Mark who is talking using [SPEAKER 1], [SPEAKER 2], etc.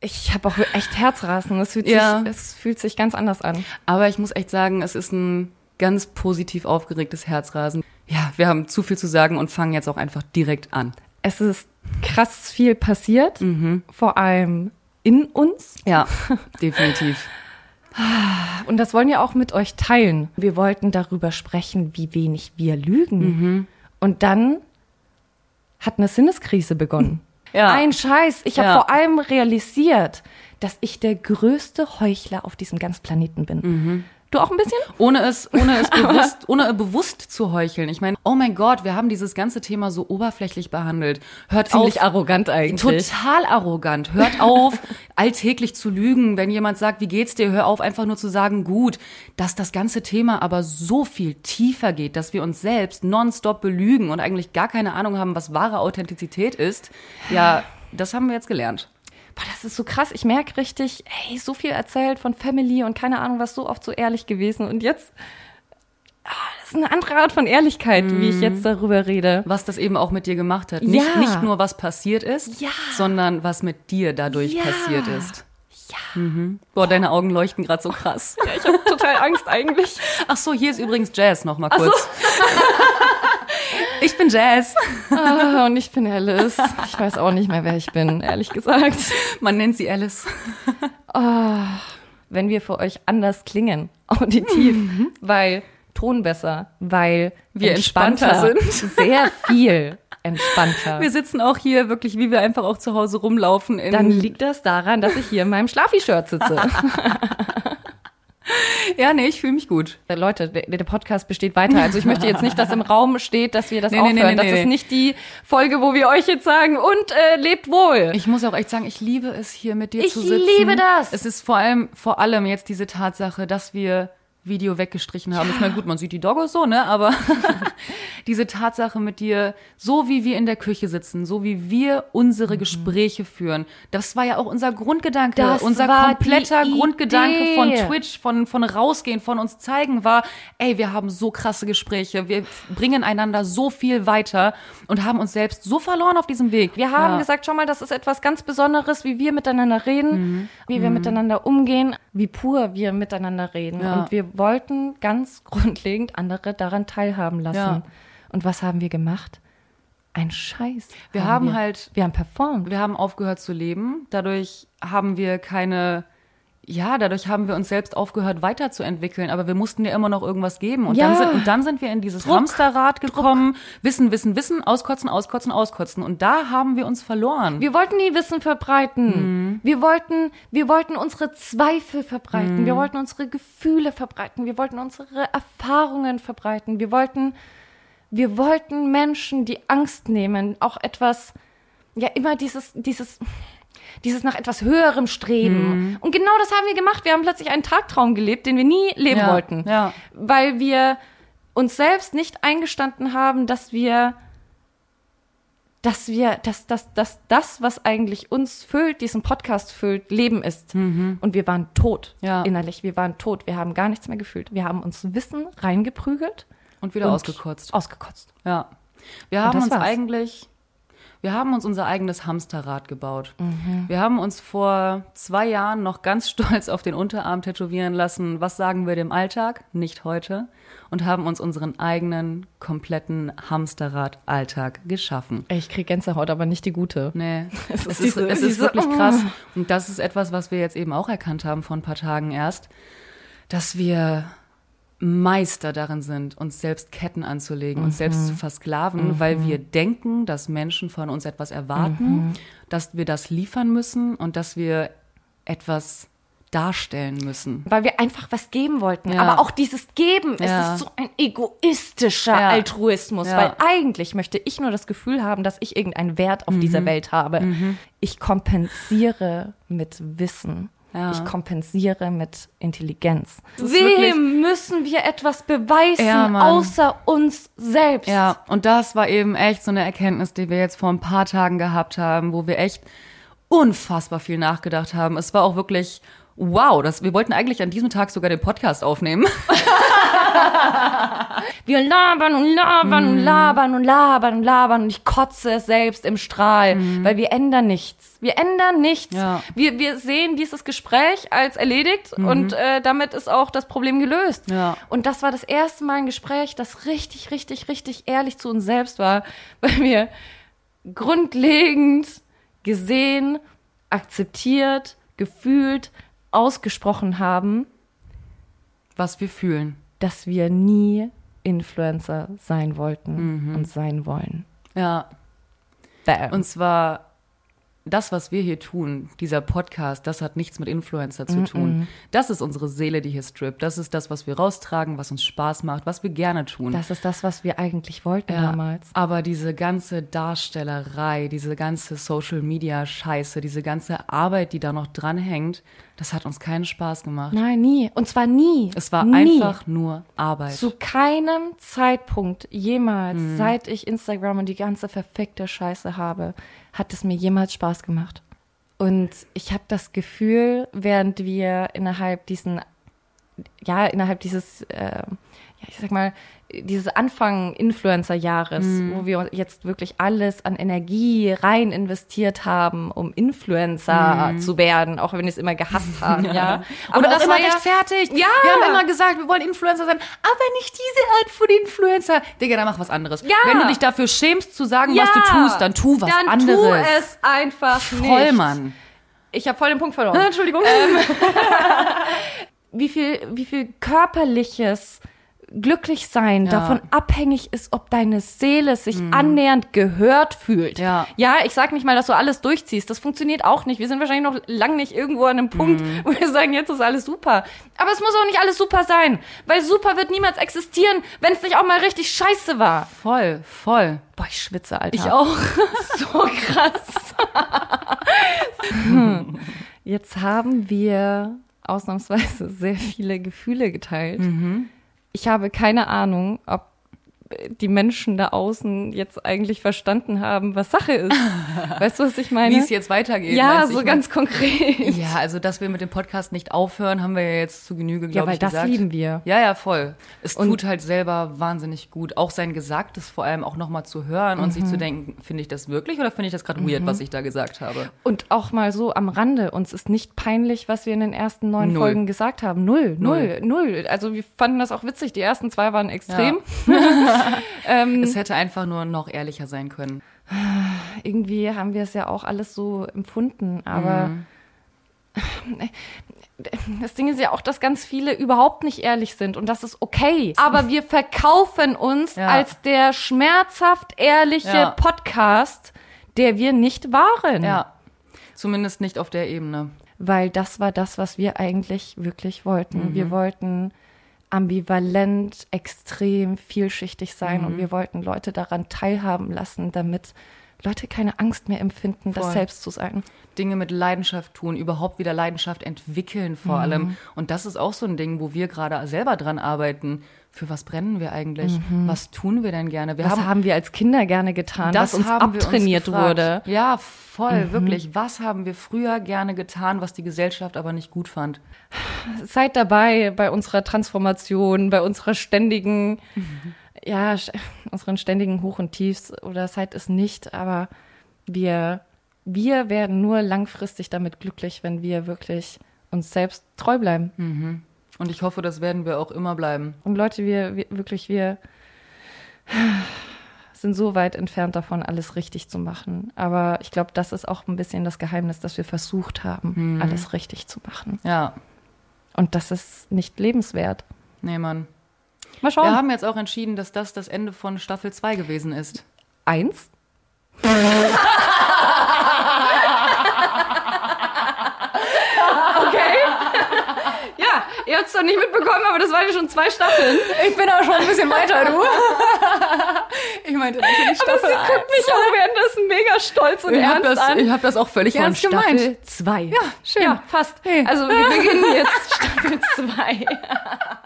[SPEAKER 1] Ich habe auch echt Herzrasen. Es fühlt,
[SPEAKER 2] Ja.
[SPEAKER 1] sich, es fühlt sich ganz anders an.
[SPEAKER 2] Aber ich muss echt sagen, es ist ein ganz positiv aufgeregtes Herzrasen. Ja, wir haben zu viel zu sagen und fangen jetzt auch einfach direkt an.
[SPEAKER 1] Es ist krass viel passiert, vor allem in uns.
[SPEAKER 2] Ja, definitiv.
[SPEAKER 1] Und das wollen wir auch mit euch teilen. Wir wollten darüber sprechen, wie wenig wir lügen. Und dann hat eine Sinneskrise begonnen.
[SPEAKER 2] Ja.
[SPEAKER 1] Ein Scheiß. Ich habe
[SPEAKER 2] Ja.
[SPEAKER 1] vor allem realisiert, dass ich der größte Heuchler auf diesem ganzen Planeten bin. Du auch ein bisschen?
[SPEAKER 2] Ohne es, ohne es bewusst, ohne bewusst zu heucheln. Ich meine, oh mein Gott, wir haben dieses ganze Thema so oberflächlich behandelt. Hört auf.
[SPEAKER 1] arrogant
[SPEAKER 2] Total arrogant. Hört auf, alltäglich zu lügen. Wenn jemand sagt, wie geht's dir, hör auf, einfach nur zu sagen, gut. Dass das ganze Thema aber so viel tiefer geht, dass wir uns selbst nonstop belügen und eigentlich gar keine Ahnung haben, was wahre Authentizität ist. Ja, das haben wir jetzt gelernt.
[SPEAKER 1] Boah, das ist so krass. Ich merke richtig, ey, so viel erzählt von Family und keine Ahnung, was so oft so ehrlich gewesen. Und jetzt, ah, das ist eine andere Art von Ehrlichkeit, wie ich jetzt darüber rede.
[SPEAKER 2] Was das eben auch mit dir gemacht hat. Nicht,
[SPEAKER 1] Ja.
[SPEAKER 2] nicht nur, was passiert ist,
[SPEAKER 1] Ja.
[SPEAKER 2] sondern was mit dir dadurch
[SPEAKER 1] Ja.
[SPEAKER 2] passiert ist.
[SPEAKER 1] Ja.
[SPEAKER 2] Mhm. Boah, deine Augen leuchten gerade so krass.
[SPEAKER 1] Ja, ich habe total Angst eigentlich.
[SPEAKER 2] Ach so, hier ist übrigens Jazz noch mal kurz. ich bin Jazz.
[SPEAKER 1] Ah, und ich bin Alice. Ich weiß auch nicht mehr, wer ich bin, ehrlich gesagt.
[SPEAKER 2] Man nennt sie Alice.
[SPEAKER 1] Wenn wir für euch anders klingen, auditiv, weil Ton besser, weil
[SPEAKER 2] Wir entspannter sind.
[SPEAKER 1] Sehr viel entspannter.
[SPEAKER 2] Wir sitzen auch hier wirklich, wie wir einfach auch zu Hause rumlaufen. In,
[SPEAKER 1] Dann liegt das daran, dass ich hier in meinem Schlafi-Shirt sitze.
[SPEAKER 2] ja, nee, ich fühle mich gut.
[SPEAKER 1] Äh, Leute, der, der Podcast besteht weiter. Also ich möchte jetzt nicht, dass im Raum steht, dass wir das
[SPEAKER 2] Nee, nee,
[SPEAKER 1] aufhören.
[SPEAKER 2] nee,
[SPEAKER 1] das
[SPEAKER 2] nee,
[SPEAKER 1] ist
[SPEAKER 2] nee.
[SPEAKER 1] nicht die Folge, wo wir euch jetzt sagen, und äh, lebt wohl.
[SPEAKER 2] Ich muss auch echt sagen, ich liebe es, hier mit dir
[SPEAKER 1] Ich
[SPEAKER 2] zu sitzen.
[SPEAKER 1] liebe das.
[SPEAKER 2] Es ist vor allem, vor allem jetzt diese Tatsache, dass wir Video weggestrichen haben. Ich meine, gut, man sieht die Doggos so, ne? Aber diese Tatsache mit dir, so wie wir in der Küche sitzen, so wie wir
[SPEAKER 1] Mhm.
[SPEAKER 2] unsere Gespräche führen, das war ja auch unser Grundgedanke.
[SPEAKER 1] Das
[SPEAKER 2] unser
[SPEAKER 1] war die
[SPEAKER 2] kompletter Grundgedanke von
[SPEAKER 1] Idee.
[SPEAKER 2] Twitch. Twitch, von, von rausgehen, von uns zeigen, war, ey, wir haben so krasse Gespräche, wir f- bringen einander so viel weiter und haben uns selbst so verloren auf diesem Weg.
[SPEAKER 1] Wir haben
[SPEAKER 2] ja.
[SPEAKER 1] gesagt, schau mal, das ist etwas ganz Besonderes, wie wir miteinander reden,
[SPEAKER 2] Mhm.
[SPEAKER 1] wie wir miteinander umgehen, wie pur wir miteinander reden.
[SPEAKER 2] Ja.
[SPEAKER 1] Und wir wollten ganz grundlegend andere daran teilhaben lassen.
[SPEAKER 2] Ja.
[SPEAKER 1] Und was haben wir gemacht? Ein Scheiß.
[SPEAKER 2] Wir haben halt-
[SPEAKER 1] Wir haben performt.
[SPEAKER 2] wir haben aufgehört zu leben, dadurch haben wir keine, ja, dadurch haben wir uns selbst aufgehört weiterzuentwickeln, aber wir mussten ja immer noch irgendwas geben und,
[SPEAKER 1] Ja.
[SPEAKER 2] dann, sind, und dann sind wir in dieses Hamsterrad gekommen, Wissen, Wissen, Wissen, auskotzen, auskotzen, auskotzen und da haben wir uns verloren.
[SPEAKER 1] Wir wollten nie Wissen
[SPEAKER 2] Mhm.
[SPEAKER 1] verbreiten. Wir wollten, wir wollten unsere Zweifel verbreiten.
[SPEAKER 2] Mhm.
[SPEAKER 1] Wir wollten unsere Gefühle verbreiten. Wir wollten unsere Erfahrungen verbreiten. Wir wollten, wir wollten Menschen, die Angst nehmen, auch etwas, ja, immer dieses, dieses, dieses nach etwas höherem Streben.
[SPEAKER 2] Mhm.
[SPEAKER 1] Und genau das haben wir gemacht. Wir haben plötzlich einen Tagtraum gelebt, den wir nie leben
[SPEAKER 2] Ja,
[SPEAKER 1] wollten.
[SPEAKER 2] ja.
[SPEAKER 1] Weil wir uns selbst nicht eingestanden haben, dass wir, dass wir, dass, dass, dass das, was eigentlich uns füllt, diesen Podcast füllt, Leben ist. Und wir waren tot
[SPEAKER 2] Mhm. Ja.
[SPEAKER 1] innerlich. Wir waren tot. Wir haben gar nichts mehr gefühlt. Wir haben uns Wissen reingeprügelt.
[SPEAKER 2] und wieder
[SPEAKER 1] und
[SPEAKER 2] ausgekotzt.
[SPEAKER 1] Ausgekotzt.
[SPEAKER 2] Ja. Wir haben
[SPEAKER 1] das
[SPEAKER 2] uns
[SPEAKER 1] war's.
[SPEAKER 2] eigentlich, wir haben uns unser eigenes Hamsterrad gebaut.
[SPEAKER 1] Mhm.
[SPEAKER 2] Wir haben uns vor zwei Jahren noch ganz stolz auf den Unterarm tätowieren lassen. Was sagen wir dem Alltag? Nicht heute. Und haben uns unseren eigenen kompletten Hamsterrad-Alltag geschaffen.
[SPEAKER 1] Ich krieg Gänsehaut, aber nicht die gute.
[SPEAKER 2] Nee, es,
[SPEAKER 1] ist
[SPEAKER 2] ist,
[SPEAKER 1] diese-
[SPEAKER 2] es ist oh.
[SPEAKER 1] diese-
[SPEAKER 2] wirklich krass. Und das ist etwas, was wir jetzt eben auch erkannt haben vor ein paar Tagen erst, dass wir Meister darin sind, uns selbst Ketten anzulegen, uns selbst zu versklaven, weil wir denken, dass Menschen von uns etwas erwarten, dass wir das liefern müssen und dass wir etwas darstellen müssen.
[SPEAKER 1] Weil wir einfach was geben wollten.
[SPEAKER 2] Ja.
[SPEAKER 1] Aber auch dieses Geben, es
[SPEAKER 2] Ja.
[SPEAKER 1] ist so ein egoistischer
[SPEAKER 2] Ja.
[SPEAKER 1] Altruismus,
[SPEAKER 2] Ja.
[SPEAKER 1] weil eigentlich möchte ich nur das Gefühl haben, dass ich irgendeinen Wert auf
[SPEAKER 2] Mhm.
[SPEAKER 1] dieser Welt habe. Ich kompensiere mit Wissen.
[SPEAKER 2] Ja.
[SPEAKER 1] Ich kompensiere mit Intelligenz.
[SPEAKER 2] ist wirklich-
[SPEAKER 1] Wem müssen wir etwas beweisen,
[SPEAKER 2] Ja, Mann.
[SPEAKER 1] außer uns selbst?
[SPEAKER 2] Ja, und das war eben echt so eine Erkenntnis, die wir jetzt vor ein paar Tagen gehabt haben, wo wir echt unfassbar viel nachgedacht haben. Es war auch wirklich wow, das, wir wollten eigentlich an diesem Tag sogar den Podcast aufnehmen.
[SPEAKER 1] Wir labern und labern
[SPEAKER 2] Mhm.
[SPEAKER 1] und labern und labern und labern und ich kotze es selbst im Strahl, weil wir ändern nichts. Wir ändern nichts.
[SPEAKER 2] Mhm. Ja. Mhm.
[SPEAKER 1] Wir, wir sehen dieses Gespräch als erledigt und äh, damit ist auch das Problem gelöst.
[SPEAKER 2] Ja.
[SPEAKER 1] Und das war das erste Mal ein Gespräch, das richtig, richtig, richtig ehrlich zu uns selbst war, weil wir grundlegend gesehen, akzeptiert, gefühlt, ausgesprochen haben,
[SPEAKER 2] was wir fühlen.
[SPEAKER 1] dass wir nie Influencer sein wollten und sein wollen.
[SPEAKER 2] Ja.
[SPEAKER 1] Bam.
[SPEAKER 2] Mhm. Und zwar das, was wir hier tun, dieser Podcast, das hat nichts mit Influencer zu tun. Das ist unsere Seele, die hier strippt. Das ist das, was wir raustragen, was uns Spaß macht, was wir gerne tun.
[SPEAKER 1] das ist das, was wir eigentlich wollten
[SPEAKER 2] Ja,
[SPEAKER 1] damals.
[SPEAKER 2] Aber diese ganze Darstellerei, diese ganze Social Media Scheiße, diese ganze Arbeit, die da noch dranhängt, das hat uns keinen Spaß gemacht.
[SPEAKER 1] Nein, nie. Und zwar nie.
[SPEAKER 2] Es war
[SPEAKER 1] nie.
[SPEAKER 2] einfach nur Arbeit.
[SPEAKER 1] Zu keinem Zeitpunkt jemals, seit ich Instagram und die ganze verfickte Scheiße habe, hat es mir jemals Spaß gemacht. Und ich habe das Gefühl, während wir innerhalb diesen, ja, innerhalb dieses, äh, ja, ich sag mal, dieses Anfang Influencer-Jahres, wo wir jetzt wirklich alles an Energie rein investiert haben, um Influencer zu werden, auch wenn wir es immer gehasst haben, Mhm. ja.
[SPEAKER 2] Aber
[SPEAKER 1] auch
[SPEAKER 2] das war rechtfertigt. Ja. Wir haben immer gesagt, wir wollen Influencer sein, aber nicht diese Art von Influencer. Digga, dann mach was anderes.
[SPEAKER 1] Ja.
[SPEAKER 2] Wenn du dich dafür schämst zu sagen, was du tust, dann tu was
[SPEAKER 1] dann
[SPEAKER 2] anderes.
[SPEAKER 1] Tu es einfach nicht.
[SPEAKER 2] Vollmann.
[SPEAKER 1] Ich habe voll den Punkt verloren. Ähm,
[SPEAKER 2] Entschuldigung.
[SPEAKER 1] Wie viel, wie viel körperliches Glücklichsein
[SPEAKER 2] Ja. Mhm.
[SPEAKER 1] davon abhängig ist, ob deine Seele sich annähernd gehört fühlt.
[SPEAKER 2] Ja.
[SPEAKER 1] ja, ich sag nicht mal, dass du alles durchziehst. Das funktioniert auch nicht. Wir sind wahrscheinlich noch lang nicht irgendwo an einem Punkt,
[SPEAKER 2] Mhm.
[SPEAKER 1] wo wir sagen, jetzt ist alles super. Aber es muss auch nicht alles super sein, weil super wird niemals existieren, wenn es nicht auch mal richtig scheiße war.
[SPEAKER 2] voll, voll.
[SPEAKER 1] Boah, ich schwitze, Alter.
[SPEAKER 2] Ich auch.
[SPEAKER 1] So krass. Hm. Jetzt haben wir ausnahmsweise sehr viele Gefühle geteilt.
[SPEAKER 2] Mhm.
[SPEAKER 1] Ich habe keine Ahnung, ob die Menschen da außen jetzt eigentlich verstanden haben, was Sache ist. Weißt du, was ich meine?
[SPEAKER 2] Wie es jetzt weitergeht.
[SPEAKER 1] ja,
[SPEAKER 2] meinst du?
[SPEAKER 1] so
[SPEAKER 2] Ich
[SPEAKER 1] ganz konkret.
[SPEAKER 2] Ja, also dass wir mit dem Podcast nicht aufhören, haben wir ja jetzt zu Genüge, glaube
[SPEAKER 1] weil
[SPEAKER 2] ich,
[SPEAKER 1] das
[SPEAKER 2] gesagt.
[SPEAKER 1] lieben wir.
[SPEAKER 2] Ja, ja, voll. Es tut halt selber wahnsinnig gut. Auch sein Gesagtes vor allem auch nochmal zu hören und
[SPEAKER 1] Mhm.
[SPEAKER 2] sich zu denken, finde ich das wirklich oder finde ich das gerade weird, was ich da gesagt habe?
[SPEAKER 1] Und auch mal so am Rande, uns ist nicht peinlich, was wir in den ersten neun
[SPEAKER 2] Null.
[SPEAKER 1] Folgen gesagt haben. Null, null,
[SPEAKER 2] Null.
[SPEAKER 1] null. Also wir fanden das auch witzig. Die ersten zwei waren extrem. Mhm.
[SPEAKER 2] Es hätte einfach nur noch ehrlicher sein können.
[SPEAKER 1] irgendwie haben wir es ja auch alles so empfunden, aber
[SPEAKER 2] Mhm.
[SPEAKER 1] das Ding ist ja auch, dass ganz viele überhaupt nicht ehrlich sind und das ist okay. Aber wir verkaufen uns
[SPEAKER 2] Ja.
[SPEAKER 1] als der schmerzhaft ehrliche
[SPEAKER 2] Ja.
[SPEAKER 1] Podcast, der wir nicht waren.
[SPEAKER 2] Ja. Zumindest nicht auf der Ebene.
[SPEAKER 1] Weil das war das, was wir eigentlich wirklich wollten.
[SPEAKER 2] Mhm.
[SPEAKER 1] Wir wollten ambivalent, extrem vielschichtig sein
[SPEAKER 2] Mhm.
[SPEAKER 1] und wir wollten Leute daran teilhaben lassen, damit Leute keine Angst mehr empfinden, das
[SPEAKER 2] Voll.
[SPEAKER 1] selbst zu sagen.
[SPEAKER 2] Dinge mit Leidenschaft tun, überhaupt wieder Leidenschaft entwickeln
[SPEAKER 1] Mhm.
[SPEAKER 2] vor allem. Und das ist auch so ein Ding, wo wir gerade selber dran arbeiten. Für was brennen wir eigentlich? Was tun wir denn gerne? Wir
[SPEAKER 1] Mhm. Was haben, wir als Kinder gerne getan, was uns
[SPEAKER 2] haben wir
[SPEAKER 1] abtrainiert
[SPEAKER 2] gefragt.
[SPEAKER 1] wurde?
[SPEAKER 2] Ja, voll, wirklich. Was haben wir früher gerne getan, was die Gesellschaft aber nicht gut fand?
[SPEAKER 1] Seid dabei bei unserer Transformation, bei unserer ständigen, ja, sch- unseren ständigen Hoch und Tiefs oder seid es nicht, aber wir, wir werden nur langfristig damit glücklich, wenn wir wirklich uns selbst treu bleiben.
[SPEAKER 2] Und ich hoffe, das werden wir auch immer bleiben.
[SPEAKER 1] Und Leute, wir, wir wirklich, wir sind so weit entfernt davon, alles richtig zu machen. Aber ich glaube, das ist auch ein bisschen das Geheimnis, dass wir versucht haben, alles richtig zu machen.
[SPEAKER 2] Ja,
[SPEAKER 1] Und das ist nicht lebenswert.
[SPEAKER 2] nee, Mann.
[SPEAKER 1] Mal
[SPEAKER 2] Wir
[SPEAKER 1] schauen.
[SPEAKER 2] haben jetzt auch entschieden, dass das das Ende von Staffel 2 gewesen ist.
[SPEAKER 1] Eins. okay. Ja, ihr habt es doch nicht mitbekommen, aber das waren ja schon zwei Staffeln.
[SPEAKER 2] Ich bin aber schon ein bisschen weiter, du. ich meinte natürlich Staffel 1.
[SPEAKER 1] Guckt mich an, während das mega stolz und
[SPEAKER 2] Ich habe
[SPEAKER 1] ernst
[SPEAKER 2] das,
[SPEAKER 1] an.
[SPEAKER 2] ich hab das auch völlig
[SPEAKER 1] Ernst
[SPEAKER 2] ernst
[SPEAKER 1] gemeint.
[SPEAKER 2] gemeint. 2. Ja, schön.
[SPEAKER 1] Ja, fast. Also wir beginnen jetzt Staffel 2.